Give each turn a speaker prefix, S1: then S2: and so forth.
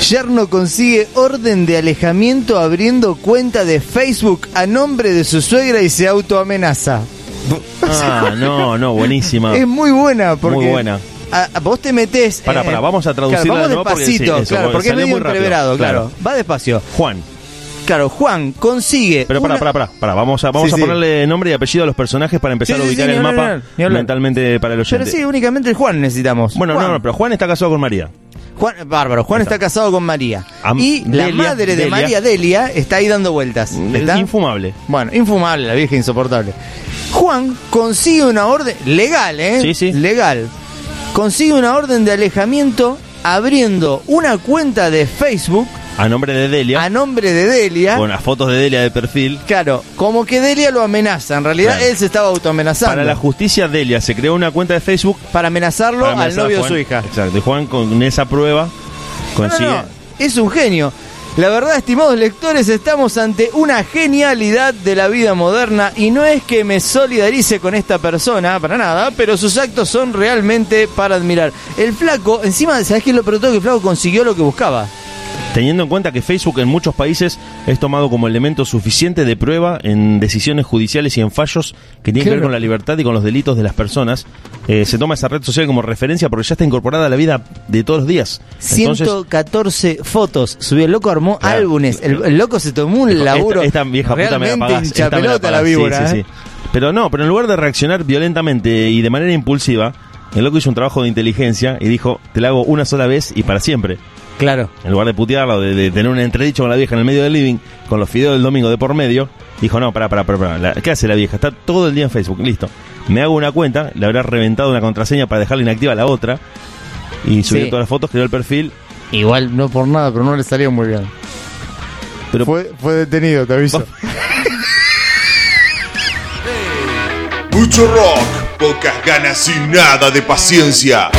S1: Yerno consigue orden de alejamiento abriendo cuenta de Facebook a nombre de su suegra y se autoamenaza.
S2: Ah, no, no, buenísima.
S1: Es muy buena porque
S2: Ah. Muy buena.
S1: a- a- vos te metes
S2: Pará, pará, vamos a traducirla
S1: Claro, vamos
S2: de nuevo porque sí,
S1: despacito,
S2: eso,
S1: claro,
S2: porque
S1: porque es
S2: salió
S1: medio
S2: muy rápido,
S1: entreverado, claro.
S2: claro.
S1: Va despacio.
S2: Juan.
S1: Claro, Juan consigue
S2: Pero pará,
S1: una-
S2: pará, pará, pará, vamos a, vamos
S1: Sí,
S2: a
S1: sí.
S2: ponerle nombre y apellido a los personajes para empezar
S1: Sí,
S2: a
S1: sí,
S2: ubicar
S1: sí,
S2: el
S1: ni hablar,
S2: mapa
S1: ni hablar, ni hablar.
S2: mentalmente para el oyente.
S1: Pero sí, únicamente el Juan necesitamos.
S2: bueno,
S1: Juan.
S2: no, no, pero Juan está casado con María.
S1: Juan, bárbaro, Juan está casado con María.
S2: Am-
S1: y la
S2: Delia,
S1: madre de
S2: Delia. Mm,
S1: María Delia está ahí dando vueltas. ¿Está?
S2: Infumable.
S1: Bueno, infumable, la vieja insoportable. Juan consigue una orden legal, ¿eh?
S2: Sí, sí.
S1: Legal. Consigue una orden de alejamiento abriendo una cuenta de Facebook
S2: A nombre de
S1: a
S2: Delia.
S1: nombre de Delia.
S2: Con las fotos de Delia de perfil.
S1: Claro, como que Delia lo amenaza. En realidad
S2: Claro.
S1: él se estaba autoamenazando.
S2: Para la justicia, Delia se creó una cuenta de Facebook
S1: para amenazarlo
S2: para
S1: al
S2: amenazar a
S1: novio de
S2: Juan.
S1: su hija.
S2: Exacto. Y Juan con esa prueba
S1: No, no,
S2: consigue.
S1: no, Es un genio. La verdad, estimados lectores, estamos ante una genialidad de la vida moderna y no es que me solidarice con esta persona, para nada, pero sus actos son realmente para admirar. El flaco, encima, ¿sabés qué es lo peor de todo? Que el flaco consiguió lo que buscaba.
S2: Teniendo en cuenta que Facebook en muchos países es tomado como elemento suficiente de prueba en decisiones judiciales y en fallos que tienen que ver
S1: Claro.
S2: con la libertad y con los delitos de las personas, eh, se toma esa red social como referencia porque ya está incorporada a la vida de todos los días. Entonces,
S1: 114 fotos subió el loco, armó
S2: Claro.
S1: álbumes. El, el loco se tomó un
S2: dijo, "Esta-
S1: laburo.
S2: Esta, vieja puta me la
S1: Realmente
S2: pagás.
S1: hincha
S2: esta me
S1: pelota la
S2: pagás". Sí,
S1: víbora,
S2: sí,
S1: ¿eh?
S2: sí. Pero no, pero en lugar de reaccionar violentamente y de manera impulsiva, el loco hizo un trabajo de inteligencia y dijo, te la hago una sola vez y para siempre.
S1: Claro.
S2: En lugar de putearla o de, de tener un entredicho con la vieja en el medio del living, con los fideos del domingo de por medio, dijo, no, pará, pará, pará, pará. La- ¿qué hace la vieja? Está todo el día en Facebook, listo. Me hago una cuenta, le habrá reventado una contraseña para dejarla inactiva la otra, y subió
S1: Sí.
S2: todas las fotos, creó el perfil,
S1: Igual, no por nada, pero no le salió muy bien.
S2: pero
S3: Fue, fue detenido, te aviso.
S4: Mucho rock, pocas ganas y nada de paciencia.